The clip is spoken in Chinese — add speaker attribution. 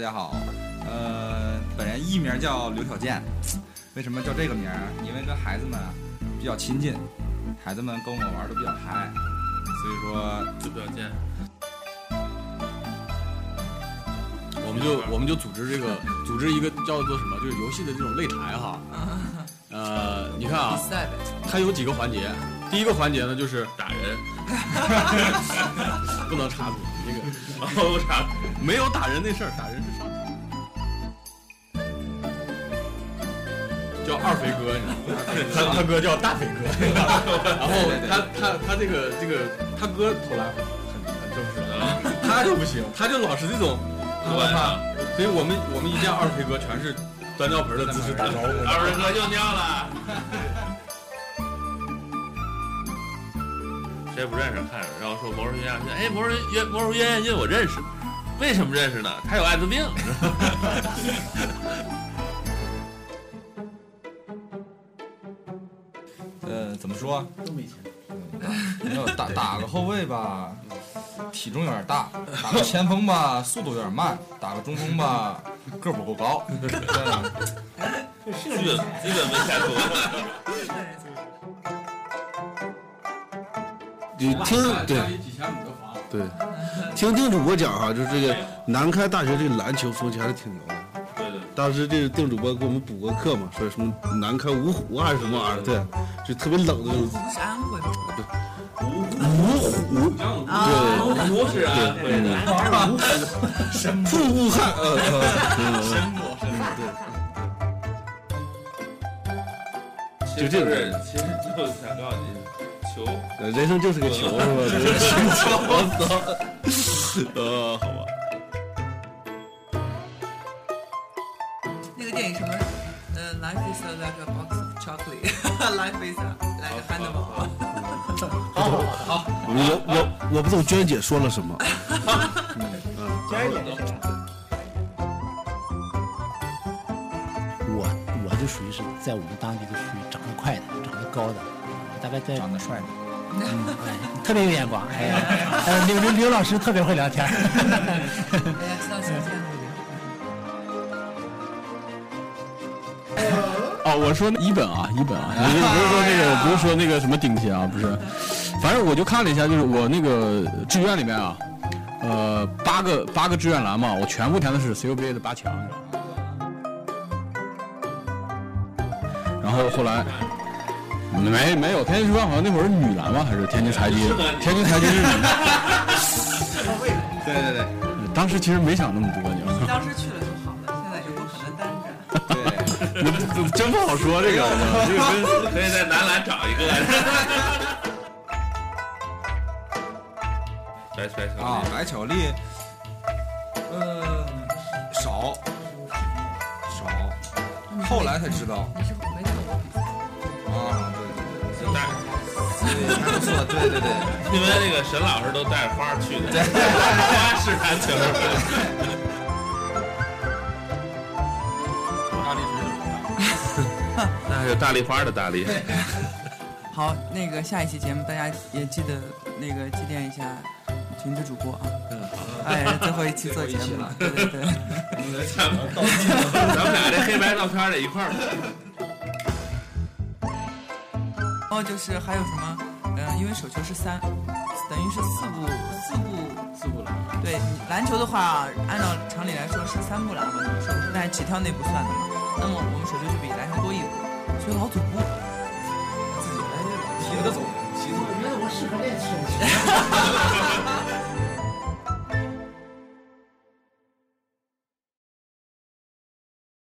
Speaker 1: 家好，呃，本人艺名叫刘小健，为什么叫这个名儿？因为跟孩子们啊比较亲近，孩子们跟我玩的比较嗨，所以说
Speaker 2: 就不要见。我们就我们就组织这个，组织一个叫做什么，就是游戏的这种擂台 哈。呃，你看啊，
Speaker 3: 赛呗，
Speaker 2: 它有几个环节。第一个环节呢，就是
Speaker 4: 打人，
Speaker 2: 不能插嘴，这个
Speaker 4: 然后啥？
Speaker 2: 没有打人那事儿，打人是上级。叫二肥哥，你知道吗？他他哥叫大 肥哥，然后他他他这个这个他哥投篮很很正式，
Speaker 4: 啊，
Speaker 2: 他就不行，他就老是这种啪啪啪，
Speaker 4: 对，啊
Speaker 2: 所以我们我们一见二肥哥全是端尿盆的姿势打招呼。
Speaker 4: 二哥又尿了。 谁也不认识看着，然后说魔术学院，哎，魔术院魔术学院我认识，为什么认识呢？他有艾滋病。
Speaker 1: 呃怎么说？
Speaker 5: 都没钱。
Speaker 1: 没有打打个后卫吧，体重有点大；打个前锋吧， 速度有点慢；打个中锋吧，个儿不 够高。对
Speaker 5: 这是
Speaker 4: 基
Speaker 5: 个
Speaker 4: 本
Speaker 5: 人才，
Speaker 4: 基本没前途。
Speaker 6: 就听对
Speaker 2: 几千五的房，
Speaker 6: 对，听定主播讲哈，就是这个南开大学这个篮球风气还是挺牛的。
Speaker 4: 对对，
Speaker 6: 当时这个定主播给我们补过课嘛，说什么南开芜湖还是什么玩意儿，对，
Speaker 4: 嗯
Speaker 6: 就特别冷的那种。
Speaker 3: 不是安徽吗？
Speaker 6: 芜湖，对，
Speaker 4: 不是啊，对对。嗯
Speaker 6: 瀑布汉，呃呃，嗯
Speaker 2: 真不
Speaker 6: 就这种
Speaker 4: 人，其实就是想告诉你，球嗯
Speaker 6: 呃人生就是个球，是吧？ 人生就是个球，呃，好吧。
Speaker 3: 那个电影什么？呃，Life is a like a box of chocolate，Life is a like a handball。
Speaker 6: 我我我不懂娟姐说了什么，
Speaker 5: 娟儿姐是谁啊？
Speaker 7: 我我就属于是在我们当地就属于长得快的、长得高的，大概在
Speaker 1: 长得帅的，
Speaker 7: 特别有眼光。哎呀，呃刘刘刘老师特别会聊天儿。
Speaker 3: 哎呀，知道小健了。
Speaker 2: 哦，我说一本啊，一本啊，不是不是说那个，不是说那个什么顶级啊，不是，反正我就看了一下，就是我那个志愿里面啊，呃，八个八个志愿栏嘛，我全部填的是 CUBA 的八强，你知道吗？然后后来没没有天津师范好像那会儿是女篮吧，还是天津财经？天津财经是女篮，
Speaker 1: 对对对。
Speaker 2: 当时其实没想那么多，你知道吗
Speaker 3: 你当时去了就好了，现在也不可能单着。
Speaker 1: 对，
Speaker 2: 我真不好说这个，这个真是。
Speaker 4: 可以在男篮找一 个。白白球
Speaker 1: 啊，白巧丽，呃，少少，后来才知道
Speaker 3: 你是不是没看过比赛？
Speaker 1: 啊，对
Speaker 4: 就带，
Speaker 1: 对对，还不错，对对对。
Speaker 4: 因为那个沈老师都带着花儿去的，花式篮球。 那还有大丽花的大力，
Speaker 3: 好，那个下一期节目大家也记得那个祭奠一下裙子主播啊。嗯，好。哎，最后一期做节目了，对对对。
Speaker 4: 咱们咱们俩这黑白照片得一块儿拍。
Speaker 3: 然后哦就是还有什么，呃，因为手球是三，等于是四步四步
Speaker 2: 四五篮。
Speaker 3: 对你篮球的话，按照常理来说是三步篮嘛，你们说但是起跳那不算的嘛。那么我们手球就比篮球多一步，所以老祖不自己来这个
Speaker 5: 我适合练手球。